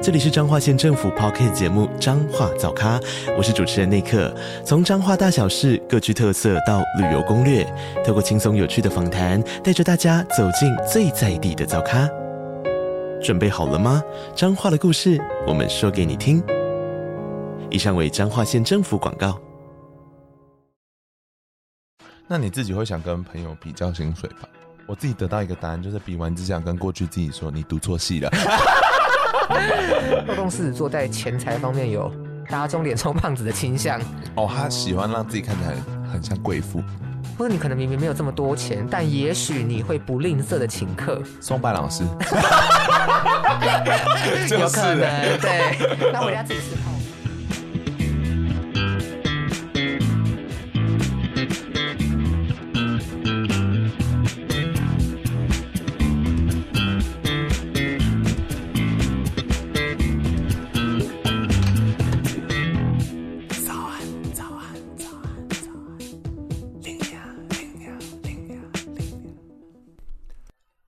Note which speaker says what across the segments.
Speaker 1: 这里是彰化县政府 p o c k t 节目《彰化早咖》，我是主持人内克。从彰化大小事各具特色到旅游攻略，透过轻松有趣的访谈，带着大家走进最在地的早咖。准备好了吗？彰化的故事，我们说给你听。以上为彰化县政府广告。
Speaker 2: 那你自己会想跟朋友比较薪水吧？我自己得到一个答案，就是比完只想跟过去自己说你读错 戏了。
Speaker 3: 漏洞狮子座在钱财方面有打肿脸充胖子的倾向，
Speaker 2: 哦，他喜欢让自己看起来很像贵妇。
Speaker 3: 或者你可能明明没有这么多钱，但也许你会不吝啬的请客，
Speaker 2: 松柏 老师， 就
Speaker 3: 有
Speaker 2: 是啊
Speaker 3: 可能 对。那回家自己思考。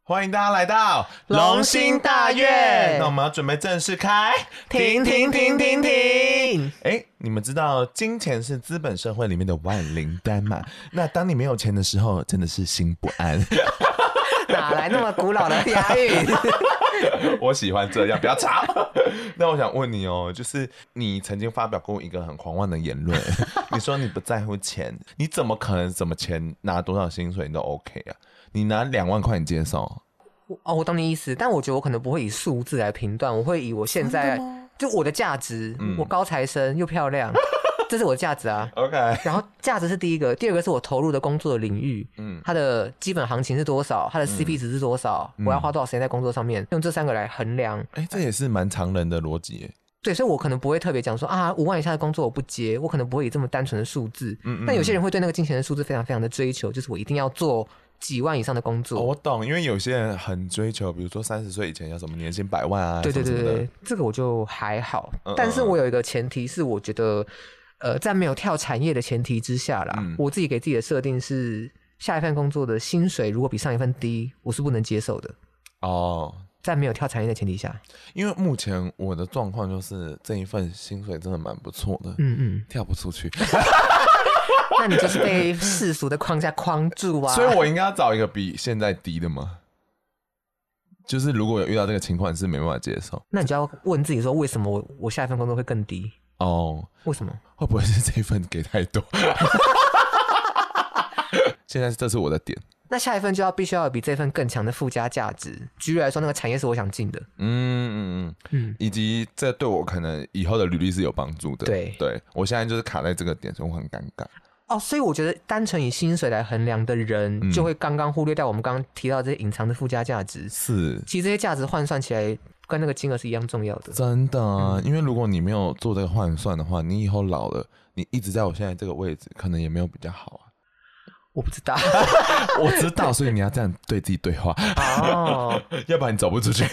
Speaker 2: 欢迎大家来到
Speaker 3: 龙兴大悦
Speaker 2: 那我们要准备正式开，
Speaker 3: 停停停停停！
Speaker 2: 哎，你们知道金钱是资本社会里面的万灵丹吗？那当你没有钱的时候，真的是心不安。
Speaker 3: 哪来那么古老的押韵？
Speaker 2: 我喜欢这样，不要吵。 那我想问你哦，就是你曾经发表过一个很狂妄的言论， 你说你不在乎钱，你怎么可能什么钱拿多少薪水你都 OK 啊？你拿两万块你接受？
Speaker 3: 哦，我懂你意思，但我觉得我可能不会以数字来评断，我会以我现在就我的价值，
Speaker 2: 嗯
Speaker 3: 我高材生又漂亮，这是我的价值啊。
Speaker 2: OK，
Speaker 3: 然后价值是第一个，第二个是我投入的工作的领域，
Speaker 2: 嗯，
Speaker 3: 它的基本行情是多少，它的 CP 值是多少，
Speaker 2: 嗯
Speaker 3: 我要花多少时间在工作上面，用这三个来衡量。
Speaker 2: 哎、这也是蛮常人的逻辑耶。
Speaker 3: 对，所以我可能不会特别讲说啊，五万以下的工作我不接，我可能不会以这么单纯的数字。
Speaker 2: 嗯嗯
Speaker 3: 但有些人会对那个金钱的数字非常非常的追求，就是我一定要做几万以上的工
Speaker 2: 哦，
Speaker 3: 作。
Speaker 2: 我懂，因为有些人很追求，比如说三十岁以前要什么年薪百万啊，
Speaker 3: 对对
Speaker 2: 什么什
Speaker 3: 对
Speaker 2: 么的
Speaker 3: 对，，这个我就还好，
Speaker 2: 嗯
Speaker 3: 但是我有一个前提是，我觉得，呃，在没有跳产业的前提之下啦，
Speaker 2: 嗯
Speaker 3: 我自己给自己的设定是，下一份工作的薪水如果比上一份低，我是不能接受的，
Speaker 2: 哦。
Speaker 3: 在没有跳产业的前提下，
Speaker 2: 因为目前我的状况就是这一份薪水真的蛮不错的，
Speaker 3: 嗯嗯，
Speaker 2: 跳不出去。
Speaker 3: 那你就是被世俗的框架框住 啊。
Speaker 2: 所以我应该要找一个比现在低的吗？就是如果有遇到这个情况是没办法接受
Speaker 3: 那你就要问自己说，为什么我我下一份工作会更低？
Speaker 2: 哦，
Speaker 3: 为什么？
Speaker 2: 会不会是这一份给太多？ 现在这是我的点，
Speaker 3: 那下一份就要必须要有比这份更强的附加价值。举例来说，那个产业是我想进的，
Speaker 2: 嗯嗯嗯，
Speaker 3: 嗯，
Speaker 2: 以及这对我可能以后的履历是有帮助的。
Speaker 3: 对
Speaker 2: 对我现在就是卡在这个点，所以我很尴尬。
Speaker 3: 哦，所以我觉得单纯以薪水来衡量的人，
Speaker 2: 嗯
Speaker 3: 就会刚刚忽略掉我们刚刚提到这些隐藏的附加价值。
Speaker 2: 是
Speaker 3: 其实这些价值换算起来，跟那个金额是一样重要的。
Speaker 2: 真的啊、因为如果你没有做这个换算的话，你以后老了，你一直在我现在这个位置，可能也没有比较好啊。
Speaker 3: 我不知道
Speaker 2: 我知道，所以你要这样对自己对话。
Speaker 3: 哦，
Speaker 2: 要不然你走不出去。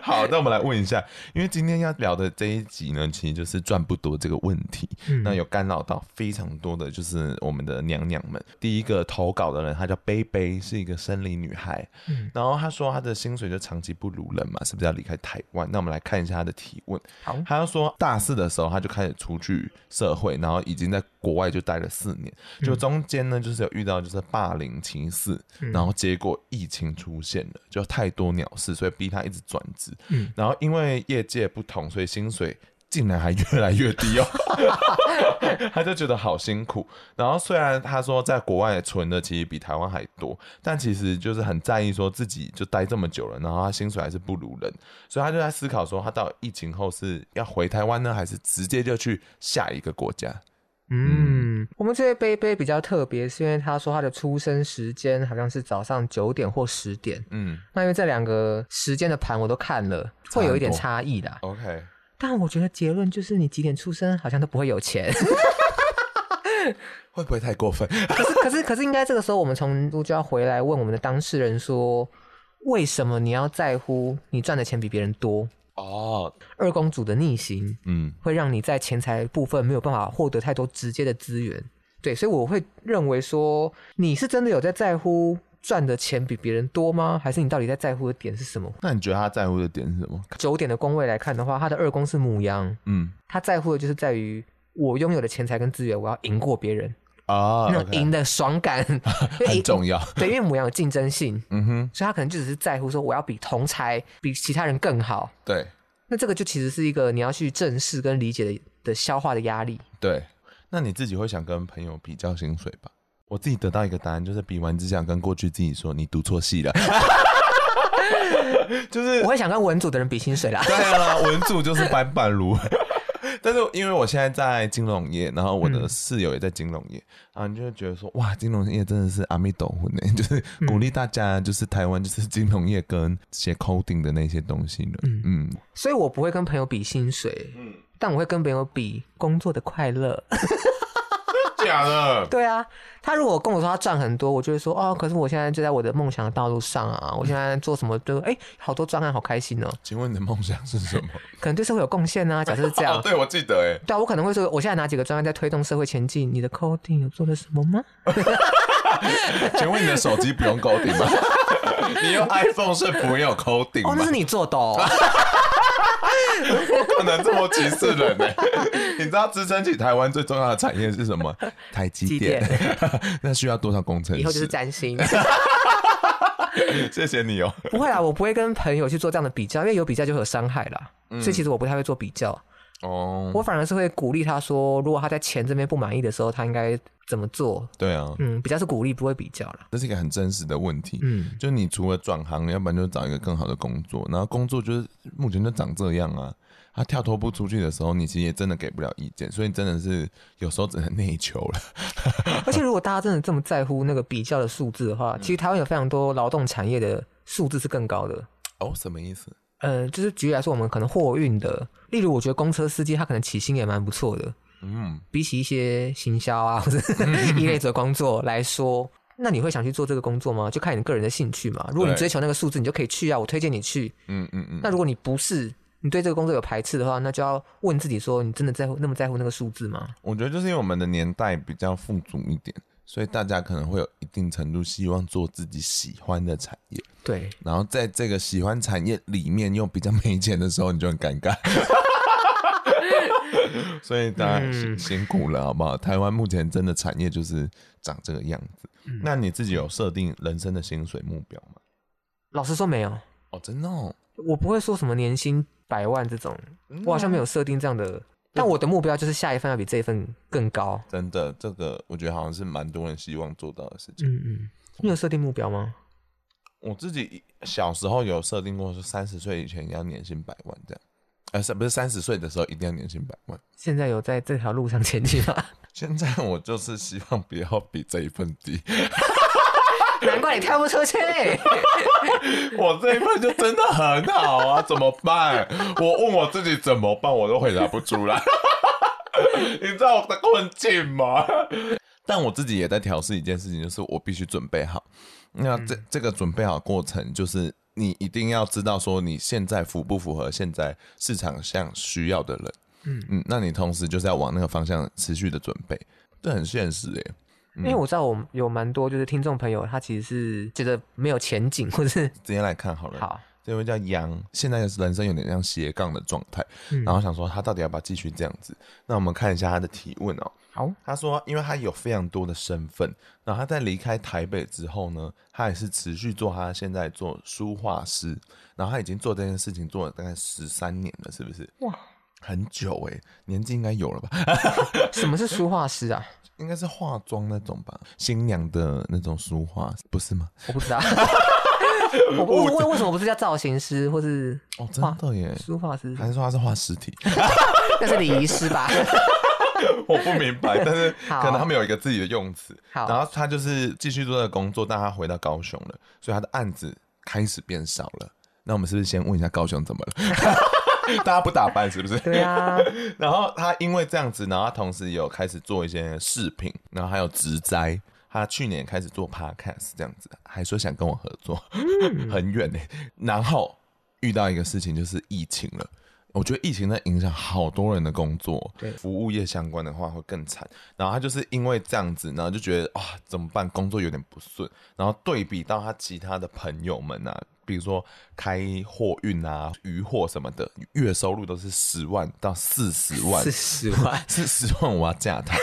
Speaker 2: 好，那我们来问一下，因为今天要聊的这一集呢，其实就是赚不多这个问题，
Speaker 3: 嗯
Speaker 2: 那有干扰到非常多的就是我们的娘娘们。第一个投稿的人，她叫贝贝，是一个生理女孩，
Speaker 3: 嗯
Speaker 2: 然后她说她的薪水就长期不如人嘛，是不是要离开台湾？那我们来看一下她的提问。
Speaker 3: 好，
Speaker 2: 他就说大四的时候他就开始出去社会，然后已经在国外就待了四年，就中间呢就是有遇到就是霸凌、歧视，然后结果疫情出现了，就太多鸟事，所以逼他一直转职。
Speaker 3: 嗯
Speaker 2: 然后因为业界不同，所以薪水。竟然还越来越低哦，他就觉得好辛苦。然后虽然他说在国外存的其实比台湾还多，但其实就是很在意说自己就待这么久了，然后他薪水还是不如人，所以他就在思考说，他到疫情后是要回台湾呢，还是直接就去下一个国家？
Speaker 3: 嗯，我们这位贝贝比较特别，是因为他说他的出生时间好像是早上九点或十点。
Speaker 2: 嗯
Speaker 3: 那因为这两个时间的盘我都看了，会有一点差异啦。
Speaker 2: ，OK，
Speaker 3: 但我觉得结论就是，你几点出生好像都不会有钱。
Speaker 2: 会不会太过分？
Speaker 3: 可是可是 可是，应该这个时候我们从都就要回来问我们的当事人说，为什么你要在乎你赚的钱比别人多？
Speaker 2: 哦，
Speaker 3: 二公主的逆行
Speaker 2: 嗯，
Speaker 3: 会让你在钱财部分没有办法获得太多直接的资源。对，所以我会认为说，你是真的有在在乎赚的钱比别人多吗？还是你到底在在乎的点是什么？
Speaker 2: 那你觉得他在乎的点是什么？
Speaker 3: 九点的宫位来看的话，他的二宫是母羊，
Speaker 2: 嗯
Speaker 3: 他在乎的就是在于我拥有的钱财跟资源，我要赢过别人，
Speaker 2: 啊
Speaker 3: 那种
Speaker 2: OK
Speaker 3: 赢的爽 感因为
Speaker 2: 很
Speaker 3: 赢
Speaker 2: 重要。
Speaker 3: 对，因为母羊有竞争性，
Speaker 2: 嗯哼，
Speaker 3: 所以他可能就只是在乎说我要比同才、比其他人更好。
Speaker 2: 对
Speaker 3: 那这个就其实是一个你要去正视跟理解的的消化的压力。
Speaker 2: 对。那你自己会想跟朋友比较薪水吧？我自己得到一个答案，就是比完只想跟过去自己说你读错戏了，就是
Speaker 3: 我会想跟文组的人比薪水啦。
Speaker 2: 对啊，文组就是板板 炉。但是因为我现在在金融业，然后我
Speaker 3: 嗯
Speaker 2: 的室友也在金融业，然后你就会觉得说，哇，金融业真的是阿弥斗魂呢， 就是
Speaker 3: 嗯
Speaker 2: 鼓励大家，就是台湾就是金融业跟写 coding 的那些东西呢，嗯
Speaker 3: 所以我不会跟朋友比薪水，嗯，但我会跟朋友比工作的快乐。
Speaker 2: 假的，
Speaker 3: 对啊，他如果跟我说他赚很多，我就会说哦，可是我现在就在我的梦想的道路上啊，我现在做什么都哎、好多专案，好开心哦，
Speaker 2: 请问你的梦想是什么？
Speaker 3: 可能对社会有贡献啊。假设是这 样
Speaker 2: 哦，，对，我记 得哎，
Speaker 3: 对啊，我可能会说，我现在哪几个专案在推动社会前进？你的 coding 有做了什么吗？
Speaker 2: 请问你的手机不用 coding 吗？你用 iPhone 是不用 coding
Speaker 3: 哦，那是
Speaker 2: 吗？
Speaker 3: 你做的哦。
Speaker 2: 不可能这么歧视人呢、欸 你知道支撑起台湾最重要的产业是什 么？台积
Speaker 3: 积
Speaker 2: 电
Speaker 3: 电。
Speaker 2: 那需要多少工程师？
Speaker 3: 以后就是占星。
Speaker 2: 谢谢你哦。
Speaker 3: 不会啦，我不会跟朋友去做这样的比较，因为有比较就会有伤害啦。所以其实我不太会做比较，
Speaker 2: 哦、
Speaker 3: 我反而是会鼓励他说，如果他在钱这边不满意的时候，他应该怎么做？
Speaker 2: 对啊，
Speaker 3: 嗯，比较是鼓励，不会比较啦。
Speaker 2: 这是一个很真实的问题。
Speaker 3: 嗯，
Speaker 2: 就你除了转行，要不然就找一个更好的工作，然后工作就是目前就长这样啊。他跳脱不出去的时候，你其实也真的给不了意见，所以真的是有时候只能内求了。
Speaker 3: 而且如果大家真的这么在乎那个比较的数字的话，其实台湾有非常多劳动产业的数字是更高的。
Speaker 2: 哦，什么意思？
Speaker 3: 呃，就是举例来说，我们可能货运的，例如我觉得公车司机他可能起薪也蛮不错的，
Speaker 2: 嗯，
Speaker 3: 比起一些行销啊或者一类的工作来说，那你会想去做这个工作吗？就看你个人的兴趣嘛。如果你
Speaker 2: 对
Speaker 3: 追求那个数字，你就可以去啊，我推荐你去。
Speaker 2: 嗯嗯嗯，
Speaker 3: 那如果你不是，你对这个工作有排斥的话，那就要问自己说，你真的在乎那么在乎那个数字吗？
Speaker 2: 我觉得就是因为我们的年代比较富足一点，所以大家可能会有一定程度希望做自己喜欢的产业，
Speaker 3: 对，
Speaker 2: 然后在这个喜欢产业里面又比较没钱的时候，你就很尴尬。 所以大家辛
Speaker 3: 嗯
Speaker 2: 辛苦了，好不好？台湾目前真的产业就是长这个样子。那你自己有设定人生的薪水目标吗？
Speaker 3: 老实说没有，
Speaker 2: 哦，真的、哦，
Speaker 3: 我不会说什么年薪百万这种，我好像没有设定这样的。但我的目标就是下一份要比这一份更高。
Speaker 2: 真的，这个我觉得好像是蛮多人希望做到的事情。
Speaker 3: 嗯嗯，你有设定目标吗？
Speaker 2: 我自己小时候有设定过，是三十岁以前要年薪百万这样，呃，是不是三十岁的时候一定要年薪百万？
Speaker 3: 现在有在这条路上前进吗？
Speaker 2: 现在我就是希望不要比这一份低，
Speaker 3: 难怪你跳不出去。
Speaker 2: 我这一份就真的很好啊，怎么办？我问我自己怎么办，我都回答不出 来，你知道我的困境吗？但我自己也在调试一件事情，就是我必须准备好。那这、这个准备好过程，就是你一定要知道说你现在符不符合现在市场上需要的人。嗯嗯，那你同时就是要往那个方向持续的准备，这很现实耶、
Speaker 3: 因为我知道我们有蛮多就是听众朋友，他其实是觉得没有前景，或者是
Speaker 2: 直接来看好了。
Speaker 3: 好，
Speaker 2: 这位叫杨，现在人生有点像斜杠的状态，
Speaker 3: 嗯
Speaker 2: 然后想说他到底要不要继续这样子？那我们看一下他的提问哦。
Speaker 3: 好，
Speaker 2: 他说，因为他有非常多的身份，然后他在离开台北之后呢，他也是持续做他现在做书画师，然后他已经做这件事情做了大概十三年了，是不是？
Speaker 3: 哇，
Speaker 2: 很久诶、年纪应该有了吧？
Speaker 3: 什么是书画师啊？
Speaker 2: 应该是化妆那种吧，新娘的那种书画，不是吗？
Speaker 3: 我不知道。我不为为什么不是叫造型师或是
Speaker 2: 哦，真的耶！
Speaker 3: 书 画师？
Speaker 2: 还是说他是画尸体？
Speaker 3: 那是礼仪师吧？
Speaker 2: 我不明白，但是
Speaker 3: 好
Speaker 2: 可能他们有一个自己的用词。
Speaker 3: 好
Speaker 2: 然后他就是继续做这个工作，但他回到高雄 了，所以他的案子开始变少了。那我们是不是先问一下高雄怎么了？大家不打扮是不是？
Speaker 3: 对 啊，
Speaker 2: 然后他因为这样子，然后他同时有开始做一些饰品，然后还有植栽。他去年开始做 podcast 这样子，还说想跟我合作，
Speaker 3: 嗯
Speaker 2: 很远呢、然后遇到一个事情就是疫情了。我觉得疫情在影响好多人的工作，
Speaker 3: 对
Speaker 2: 服务业相关的话会更惨。然后他就是因为这样子，然后就觉得啊怎么办，工作有点不顺。然后对比到他其他的朋友们啊，比如说开货运啊、渔货什么的，月收入都是十万到四十万
Speaker 3: 四，十万，
Speaker 2: 四十万我要嫁他。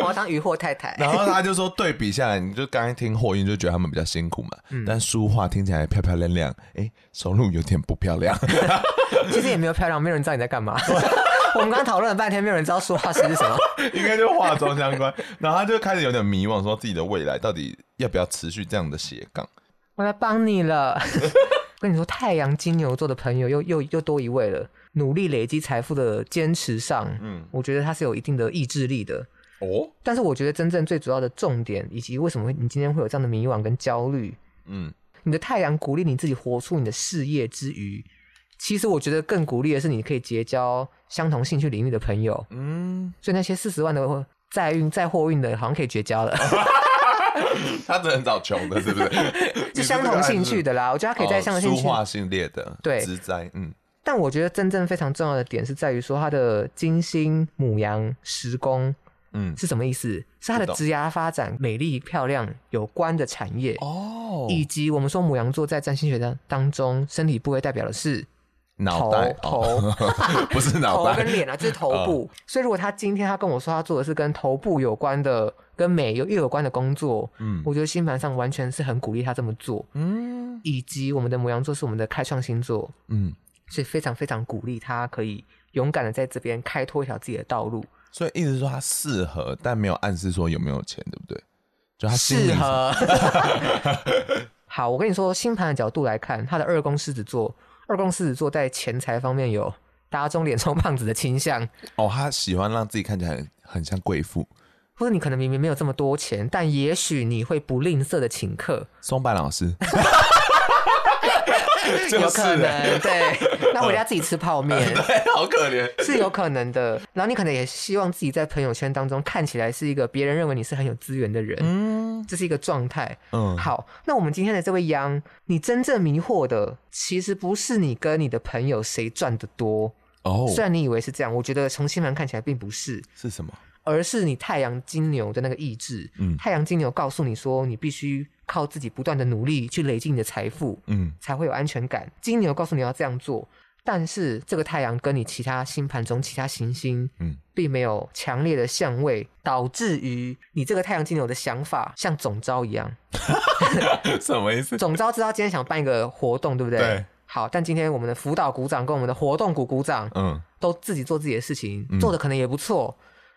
Speaker 3: 我要当渔获太太。
Speaker 2: 然后他就说，对比下来，你就刚才听货运就觉得他们比较辛苦嘛，
Speaker 3: 嗯
Speaker 2: 但书画听起来漂漂亮亮，哎，收入有点不漂亮。
Speaker 3: 其实也没有漂亮，没有人知道你在干嘛。我们刚刚讨论了半天，没有人知道说话师是什么。
Speaker 2: 应该就是化妆相关。然后他就开始有点迷惘，说自己的未来到底要不要持续这样的斜杠？
Speaker 3: 我来帮你了。跟你说，太阳金牛座的朋友又又又多一位了。努力累积财富的坚持上，
Speaker 2: 嗯
Speaker 3: 嗯，我觉得他是有一定的意志力的。
Speaker 2: 哦，
Speaker 3: 但是我觉得真正最主要的重点，以及为什么会你今天会有这样的迷惘跟焦虑，
Speaker 2: 嗯，
Speaker 3: 你的太阳鼓励你自己活出你的事业之余，其实我觉得更鼓励的是你可以结交相同兴趣领域的朋友。
Speaker 2: 嗯，
Speaker 3: 所以那些四十万的载运载货运的，好像可以绝交了，
Speaker 2: 他只能找穷的，是 不是？啊哦
Speaker 3: 就相同兴趣的啦。我觉得他可以在相同兴
Speaker 2: 书
Speaker 3: 趣。
Speaker 2: 画系列的，
Speaker 3: 对
Speaker 2: 植栽，嗯，
Speaker 3: 但我觉得真正非常重要的点是在于说，他的金星、母羊、时宫
Speaker 2: 嗯，
Speaker 3: 是什么意思？是他
Speaker 2: 不
Speaker 3: 的
Speaker 2: 懂
Speaker 3: 职涯发展、美丽、漂亮有关的产业，
Speaker 2: 哦
Speaker 3: 以及我们说母羊座在占星学当当中，身体部位代表的是
Speaker 2: 脑
Speaker 3: 头
Speaker 2: 袋，
Speaker 3: 头
Speaker 2: 哦 不是脑
Speaker 3: 头
Speaker 2: 袋
Speaker 3: 跟，脸啊，就是
Speaker 2: 哦
Speaker 3: 头部。所以如果他今天他跟我说他做的是跟头部有关的、跟美又又有关的工作，
Speaker 2: 嗯
Speaker 3: 我觉得星盘上完全是很鼓励他这么做，
Speaker 2: 嗯
Speaker 3: 以及我们的母羊座是我们的开创星座，
Speaker 2: 嗯，
Speaker 3: 所以非常非常鼓励他可以勇敢的在这边开拓一条自己的道路，
Speaker 2: 所以一直说他适合，但没有暗示说有没有钱，对不对？就他心里
Speaker 3: 适 合。好，我跟你说，星盘的角度来看，他的二宫狮子座，二宫狮子座在钱财方面有打肿脸充胖子的倾向，
Speaker 2: 哦，他喜欢让自己看起来很很像贵妇，
Speaker 3: 或者你可能明明没有这么多钱，但也许你会不吝啬的请客，
Speaker 2: 松柏老师，就
Speaker 3: 有
Speaker 2: 是啊嗯
Speaker 3: 可 能对，那回家自己吃泡面。
Speaker 2: 对， 好可怜。
Speaker 3: 是有可能的，然后你可能也希望自己在朋友圈当中看起来是一个别人认为你是很有资源的人，
Speaker 2: 嗯
Speaker 3: 这是一个状态。
Speaker 2: 嗯，
Speaker 3: 好，那我们今天的这位央，你真正迷惑的其实不是你跟你的朋友谁赚的多，
Speaker 2: 哦，
Speaker 3: 虽然你以为是这样，我觉得从星盘看起来并不是，
Speaker 2: 是什么？
Speaker 3: 而是你太阳金牛的那个意志。
Speaker 2: 嗯
Speaker 3: 太阳金牛告诉你说，你必须靠自己不断的努力去累积你的财富，
Speaker 2: 嗯
Speaker 3: 才会有安全感。金牛告诉你要这样做，但是这个太阳跟你其他星盘中其他行星
Speaker 2: 嗯，
Speaker 3: 并没有强烈的相位，导致于你这个太阳金牛的想法像总招一样。
Speaker 2: 什么意思？
Speaker 3: 总招知道今天想办一个活动，对不对？
Speaker 2: 对。
Speaker 3: 好，但今天我们的辅导鼓掌跟我们的活动鼓鼓掌，
Speaker 2: 嗯，
Speaker 3: 都自己做自己的事情
Speaker 2: 嗯，
Speaker 3: 做的可能也不错，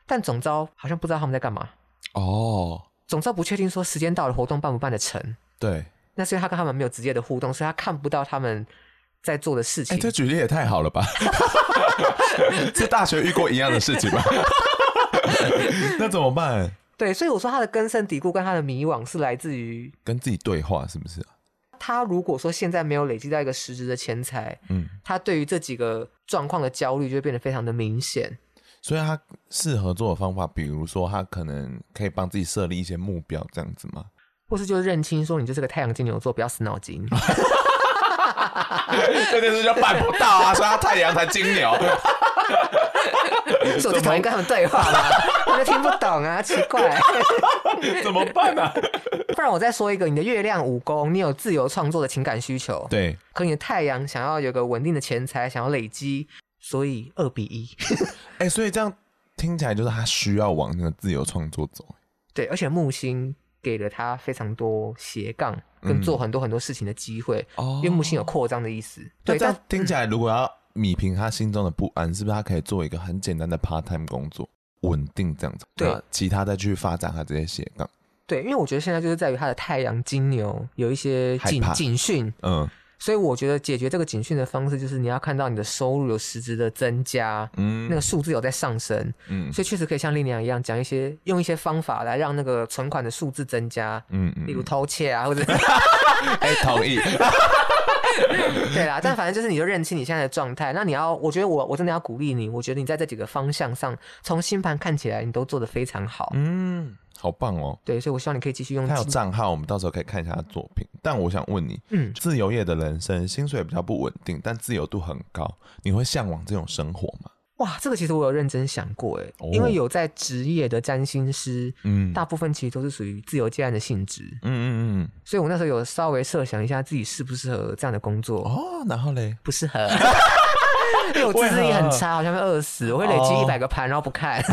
Speaker 3: 但总招好像不知道他们在干嘛。
Speaker 2: 哦，
Speaker 3: 总招不确定说时间到了，活动办不办得成。
Speaker 2: 对，
Speaker 3: 那是因为他跟他们没有直接的互动，所以他看不到他们在做的事
Speaker 2: 哎、
Speaker 3: 情。
Speaker 2: 这举例也太好了 吧？这大学遇过一样的事情吗？ 那怎么办？
Speaker 3: 对，所以我说他的根深蒂固跟他的迷惘是来自于
Speaker 2: 跟自己对话是不是？啊
Speaker 3: 他如果说现在没有累积到一个实质的钱财，
Speaker 2: 嗯，
Speaker 3: 他对于这几个状况的焦虑就会变得非常的明显。
Speaker 2: 所以他适合做的方法，比如说他可能可以帮自己设立一些目标，这样子吗？
Speaker 3: 或是就认清说你就是个太阳金牛座，不要死脑筋。
Speaker 2: 这件事就办不到 啊！所以他太阳才金牛，
Speaker 3: 所以我就讨厌跟他们对话嘛，我就听不懂啊，奇怪。
Speaker 2: 怎么办呢、啊？
Speaker 3: 不然我再说一个，你的月亮五宫，你有自由创作的情感需求，
Speaker 2: 对，
Speaker 3: 可你的太阳想要有个稳定的钱财，想要累积，所以二比一。
Speaker 2: 哎、所以这样听起来就是他需要往那个自由创作走。
Speaker 3: 对，而且木星给了他非常多斜杠跟做很多很多事情的机会，
Speaker 2: 嗯哦
Speaker 3: 因为木星有扩张的意思。
Speaker 2: 那
Speaker 3: 对，
Speaker 2: 这
Speaker 3: 但
Speaker 2: 样听起来，如果要米平他心中的不安，是不是他可以做一个很简单的 part time 工作，稳定这样子？
Speaker 3: 对
Speaker 2: 那其他再去发展他这些斜杠。
Speaker 3: 对，因为我觉得现在就是在于他的太阳金牛有一些
Speaker 2: 害
Speaker 3: 警
Speaker 2: 怕
Speaker 3: 警讯，
Speaker 2: 嗯
Speaker 3: 所以我觉得解决这个警讯的方式就是你要看到你的收入有实质的增加，
Speaker 2: 嗯，
Speaker 3: 那个数字有在上升，
Speaker 2: 嗯
Speaker 3: 所以确实可以像丽娘一样讲一些用一些方法来让那个存款的数字增加，
Speaker 2: 嗯嗯，
Speaker 3: 例如偷窃啊，或者
Speaker 2: 哎、同意。
Speaker 3: 对啦，但反正就是你就认清你现在的状态。那你要，我觉得我我真的要鼓励你，我觉得你在这几个方向上，从星盘看起来你都做得非常好。
Speaker 2: 嗯，好棒哦。
Speaker 3: 对，所以我希望你可以继续用
Speaker 2: 他有
Speaker 3: 积
Speaker 2: 账号，我们到时候可以看一下他作品。但我想问你，
Speaker 3: 嗯
Speaker 2: 自由业的人生薪水比较不稳定，但自由度很高，你会向往这种生活吗？
Speaker 3: 哇，这个其实我有认真想过诶，
Speaker 2: 哦
Speaker 3: 因为有在职业的占星师，
Speaker 2: 嗯
Speaker 3: 大部分其实都是属于自由接案的性质，
Speaker 2: 嗯嗯嗯
Speaker 3: 所以我那时候有稍微设想一下自己适不适合这样的工作，
Speaker 2: 嗯，哦，然后嘞，
Speaker 3: 不适合。因为我自制力很差，好像会饿死，我会累积
Speaker 2: 哦
Speaker 3: 一百个盘，然后 不看。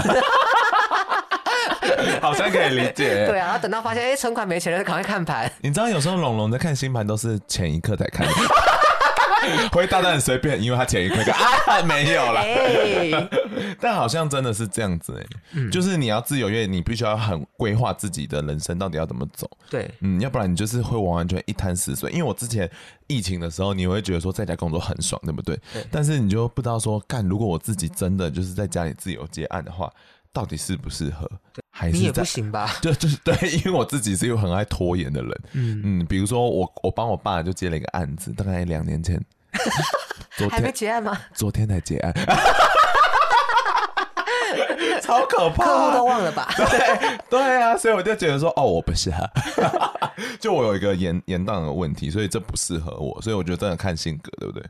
Speaker 2: 好像可以理解。
Speaker 3: 对啊，然后等到发现哎、存款没钱了，赶快看盘。
Speaker 2: 你知道有时候龙龙在看星盘都是前一刻才看的， 回答的很随便，因为他前一刻 看啊没有啦。
Speaker 3: 哎、
Speaker 2: 但好像真的是这样子哎、就是你要自由业，你必须要很规划自己的人生到底要怎么走，
Speaker 3: 对，
Speaker 2: 嗯，要不然你就是会完完全一滩死水。因为我之前疫情的时候，你会觉得说在家工作很爽，对不对？
Speaker 3: 对
Speaker 2: 但是你就不知道说，干如果我自己真的就是在家里自由接案的话，到底适不适合？还
Speaker 3: 你
Speaker 2: 是
Speaker 3: 也
Speaker 2: 在
Speaker 3: 不行吧？
Speaker 2: 就就是对，因为我自己是一个很爱拖延的人，嗯
Speaker 3: 嗯
Speaker 2: 比如说我我帮我爸就接了一个案子，大概两年 前，昨
Speaker 3: 还没
Speaker 2: 天
Speaker 3: 结 案吗？
Speaker 2: 昨天才结 案，超可怕，啊
Speaker 3: 客户都忘了吧？
Speaker 2: 对对啊，所以我就觉得说，哦，我不适合， 就我有一个延延宕的问题，所以这不适合我，所以我觉得真的看性格，对不对？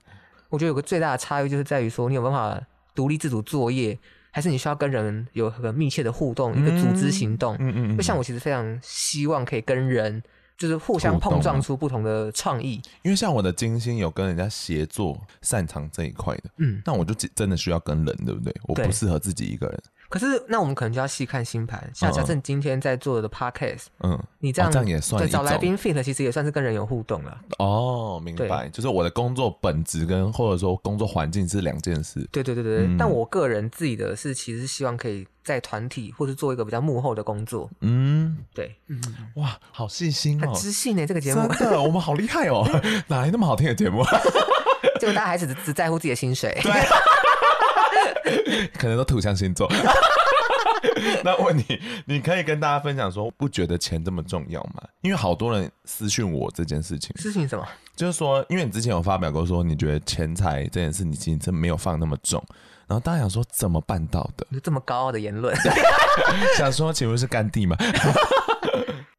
Speaker 3: 我觉得有个最大的差异就是在于说，你有办法独立自主作业，还是你需要跟人有很密切的互动，一个组织行动。
Speaker 2: 嗯嗯嗯
Speaker 3: 就像我其实非常希望可以跟人就是互相
Speaker 2: 互动
Speaker 3: 碰撞
Speaker 2: 啊
Speaker 3: 出不同的创意。
Speaker 2: 因为像我的金星有跟人家协作，擅长这一块的，
Speaker 3: 嗯，
Speaker 2: 那我就真真的需要跟人，对不对？我不
Speaker 3: 对
Speaker 2: 适合自己一个人，
Speaker 3: 可是那我们可能就要细看星盘，像
Speaker 2: 嗯嗯
Speaker 3: 假设你今天在做的 podcast，、
Speaker 2: 嗯，
Speaker 3: 你这样、
Speaker 2: 哦这样也算
Speaker 3: 对
Speaker 2: 一
Speaker 3: 找来
Speaker 2: 种
Speaker 3: 宾 fit，其实也算是跟人有互动了。
Speaker 2: 哦，明
Speaker 3: 对
Speaker 2: 白，就是我的工作本质跟或者说工作环境是两件事。
Speaker 3: 对对对对，对
Speaker 2: 嗯
Speaker 3: 但我个人自己的是，其实希望可以在团体或是做一个比较幕后的工作。
Speaker 2: 嗯，
Speaker 3: 对，嗯，
Speaker 2: 哇，好细心
Speaker 3: 很
Speaker 2: 哦，
Speaker 3: 知性呢、这个节
Speaker 2: 真
Speaker 3: 目，
Speaker 2: 的，我们好厉害哦，哪来那么好听的节目？
Speaker 3: 结果大家还是只只在乎自己的 薪水。对，
Speaker 2: 可能都土象星座。 那问你，你可以跟大家分享说，不觉得钱这么重要吗？因为好多人私讯我这件事情，
Speaker 3: 事情什么？
Speaker 2: 就是说，因为你之前有发表过说，你觉得钱财这件事，你其实真没有放那么重。然后大家想说，怎么办到的？
Speaker 3: 这么高傲的言论，
Speaker 2: 想说，请问是干弟吗？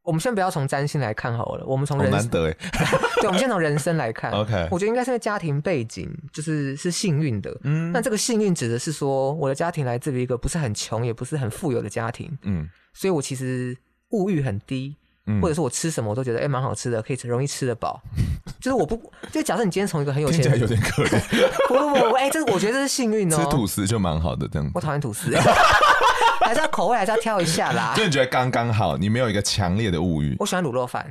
Speaker 3: 我们先不要从占星来看好了，我们从
Speaker 2: 好
Speaker 3: 人，
Speaker 2: 难得哎。
Speaker 3: 对，我们先从人生来看。
Speaker 2: OK
Speaker 3: 我觉得应该是因为家庭背景就是是幸运的。
Speaker 2: 嗯
Speaker 3: 那这个幸运指的是说，我的家庭来自于一个不是很穷，也不是很富有的家庭，
Speaker 2: 嗯
Speaker 3: 所以我其实物欲很低，
Speaker 2: 嗯
Speaker 3: 或者是我吃什么我都觉得哎蛮、好吃的，可以吃容易吃得饱。就是我不，就假设你今天从一个很有
Speaker 2: 听
Speaker 3: 钱
Speaker 2: 起来有点可怜，
Speaker 3: 不不不，哎、这个我觉得这是幸运哦。
Speaker 2: 吃吐司就蛮好的这 样
Speaker 3: 我
Speaker 2: 子。
Speaker 3: 讨厌吐司，还是要口味还是要挑一下啦
Speaker 2: 就。你觉得刚刚好，你没有一个强烈的物欲
Speaker 3: 我喜欢卤肉 饭，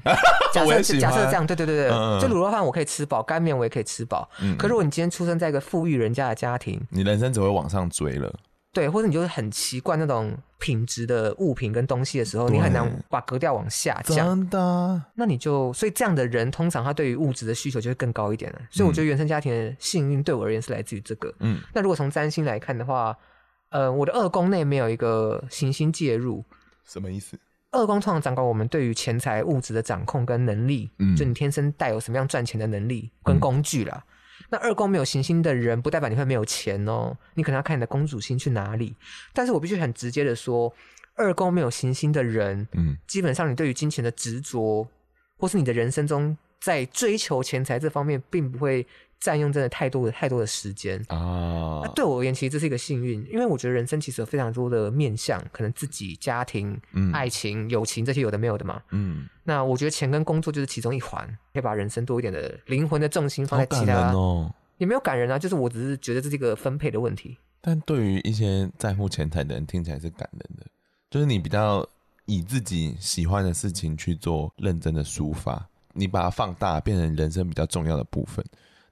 Speaker 3: 假
Speaker 2: 我
Speaker 3: 设
Speaker 2: 也喜欢
Speaker 3: 假设这样，对对对对，
Speaker 2: 嗯嗯嗯
Speaker 3: 就卤肉饭我可以吃饱，干面我也可以吃饱。可如果你今天出生在一个富裕人家的家庭，
Speaker 2: 你人生只会往上追了。
Speaker 3: 对，或者你就是很习惯那种品质的物品跟东西的时候，
Speaker 2: 对啊
Speaker 3: 你很难把格调往下降。
Speaker 2: 真的，
Speaker 3: 那你就所以这样的人，通常他对于物质的需求就会更高一点了。所以我觉得原生家庭的幸运对我而言是来自于这个。
Speaker 2: 嗯
Speaker 3: 那如果从占星来看的话，呃，我的二宫内没有一个行星介入，
Speaker 2: 什么意思？
Speaker 3: 二宫通常掌管我们对于钱财物质的掌控跟能力，
Speaker 2: 嗯
Speaker 3: 就你天生带有什么样赚钱的能力跟工具啦。那二宫没有行星的人，不代表你会没有钱哦，你可能要看你的公主星去哪里。但是我必须很直接的说，二宫没有行星的人，
Speaker 2: 嗯
Speaker 3: 基本上你对于金钱的执着，或是你的人生中在追求钱财这方面，并不会占用真的太多的太多的时间。
Speaker 2: 啊
Speaker 3: 那，对我而言，其实这是一个幸运，因为我觉得人生其实有非常多的面向，可能自己、家庭、
Speaker 2: 嗯
Speaker 3: 爱情、友情这些有的没有的嘛。
Speaker 2: 嗯，
Speaker 3: 那我觉得钱跟工作就是其中一环，可以把人生多一点的灵魂的重心放
Speaker 2: 好
Speaker 3: 在
Speaker 2: 感
Speaker 3: 其
Speaker 2: 人
Speaker 3: 他，
Speaker 2: 哦。
Speaker 3: 也没有感人啊，就是我只是觉得这是一个分配的问题。
Speaker 2: 但对于一些在乎钱财的人，听起来是感人的，就是你比较以自己喜欢的事情去做认真的抒发，你把它放大，变成人生比较重要的部分。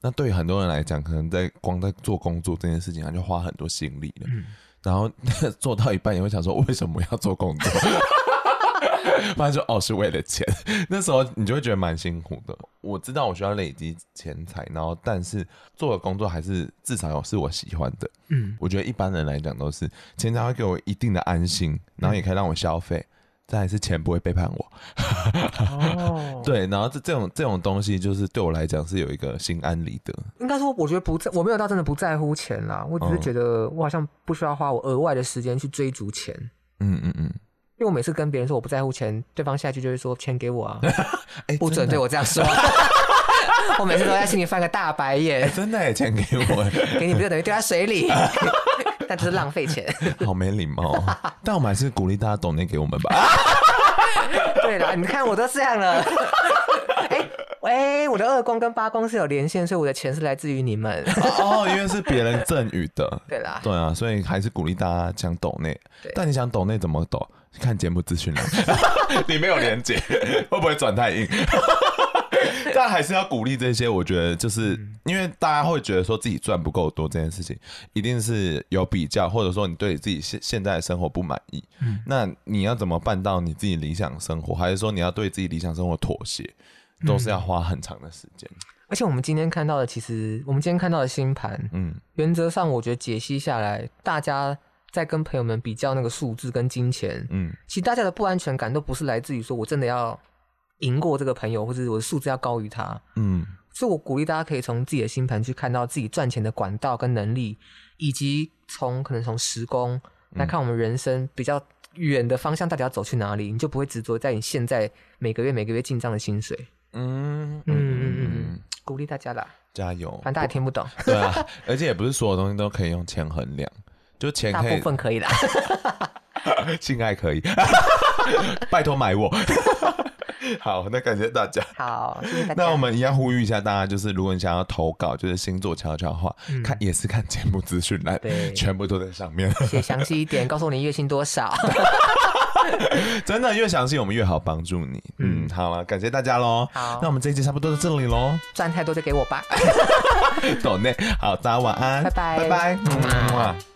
Speaker 2: 那对于很多人来讲，可能在光在做工作这件事情，他就花很多心力了，然后 做到一半也会想说，为什么要做工作？ 不然就哦是为了钱，那时候你就会觉得蛮辛苦的。我知道我需要累积钱财，然后但是做的工作还是至少有是我喜欢的，
Speaker 3: 嗯，
Speaker 2: 我觉得一般人来讲都是钱财会给我一定的安心，然后也可以让我消费，再来是钱不会背叛我。
Speaker 3: 哦
Speaker 2: 对，然后这这种这种东西，就是对我来讲是有一个心安理得。
Speaker 3: 应该说，我觉得不在，我没有到真的不在乎钱啦，我只是
Speaker 2: 嗯
Speaker 3: 觉得我好像不需要花我额外的时间去追逐钱，
Speaker 2: 嗯嗯嗯，
Speaker 3: 因为我每次跟别人说我不在乎钱，对方下一句就会说钱给我啊，
Speaker 2: 哎
Speaker 3: 不准
Speaker 2: 真的
Speaker 3: 对我这样说。 我每次都在心里翻个大白眼
Speaker 2: 哎，真的耶钱给我 耶，
Speaker 3: 给你不就等于丢在水里？ 但这是浪 费钱。
Speaker 2: 好没礼貌哦。 但我们还是鼓励大家懂内给我们吧。
Speaker 3: 对啦，你看我都这样了。 哎、喂，我的二宫跟八宫是有连线，所以我的钱是来自于你们。
Speaker 2: 哦，因为是别人赠予的。
Speaker 3: 对啦，
Speaker 2: 对啊，所以还是鼓励大家讲抖内
Speaker 3: 对。
Speaker 2: 但你想抖内怎么抖？看节目资讯栏，里面有连接，会不会转太硬？但还是要鼓励这些，我觉得就是因为大家会觉得说自己赚不够多这件事情，一定是有比较，或者说你对你自己现现在的生活不满意，那你要怎么办到你自己理想生活？还是说你要对自己理想生活妥协？都是要花很长的时间。
Speaker 3: 而且我们今天看到的，其实我们今天看到的星盘，
Speaker 2: 嗯，
Speaker 3: 原则上我觉得解析下来，大家在跟朋友们比较那个数字跟金钱，
Speaker 2: 嗯
Speaker 3: 其实大家的不安全感都不是来自于说我真的要赢过这个朋友，或者我的数字要高于他。
Speaker 2: 嗯
Speaker 3: 所以我鼓励大家可以从自己的星盘去看到自己赚钱的管道跟能力，以及从可能从时工
Speaker 2: 嗯
Speaker 3: 来看我们人生比较远的方向到底要走去哪里，你就不会执着在你现在每个月每个月进账的薪水。
Speaker 2: 嗯嗯嗯
Speaker 3: 嗯嗯嗯
Speaker 2: 嗯嗯
Speaker 3: 嗯，，鼓励大家啦，
Speaker 2: 加油！
Speaker 3: 反正大家也听不懂，
Speaker 2: 对啊，而且也不是所有东西都可以用钱衡量，就钱
Speaker 3: 大
Speaker 2: 可
Speaker 3: 部
Speaker 2: 以，
Speaker 3: 分可以啦。
Speaker 2: 性爱可以，拜托买我。 好，那感谢大家。
Speaker 3: 好，谢谢大家。
Speaker 2: 那我们一样呼吁一下大家，就是如果你想要投稿，就是星座悄悄话，看也是看节目资讯栏
Speaker 3: 嗯对，
Speaker 2: 全部都在上面。
Speaker 3: 写详细一点，告诉我你月薪多少。
Speaker 2: 真的越详细，我们越好帮助你。嗯，好了，感谢大家喽。
Speaker 3: 好
Speaker 2: 那我们这一集差不多到这里 喽。
Speaker 3: 赚太多就给我吧。
Speaker 2: 抖内，好，大家晚安，
Speaker 3: 拜拜
Speaker 2: 拜
Speaker 3: 嗯
Speaker 2: 拜，么么嗯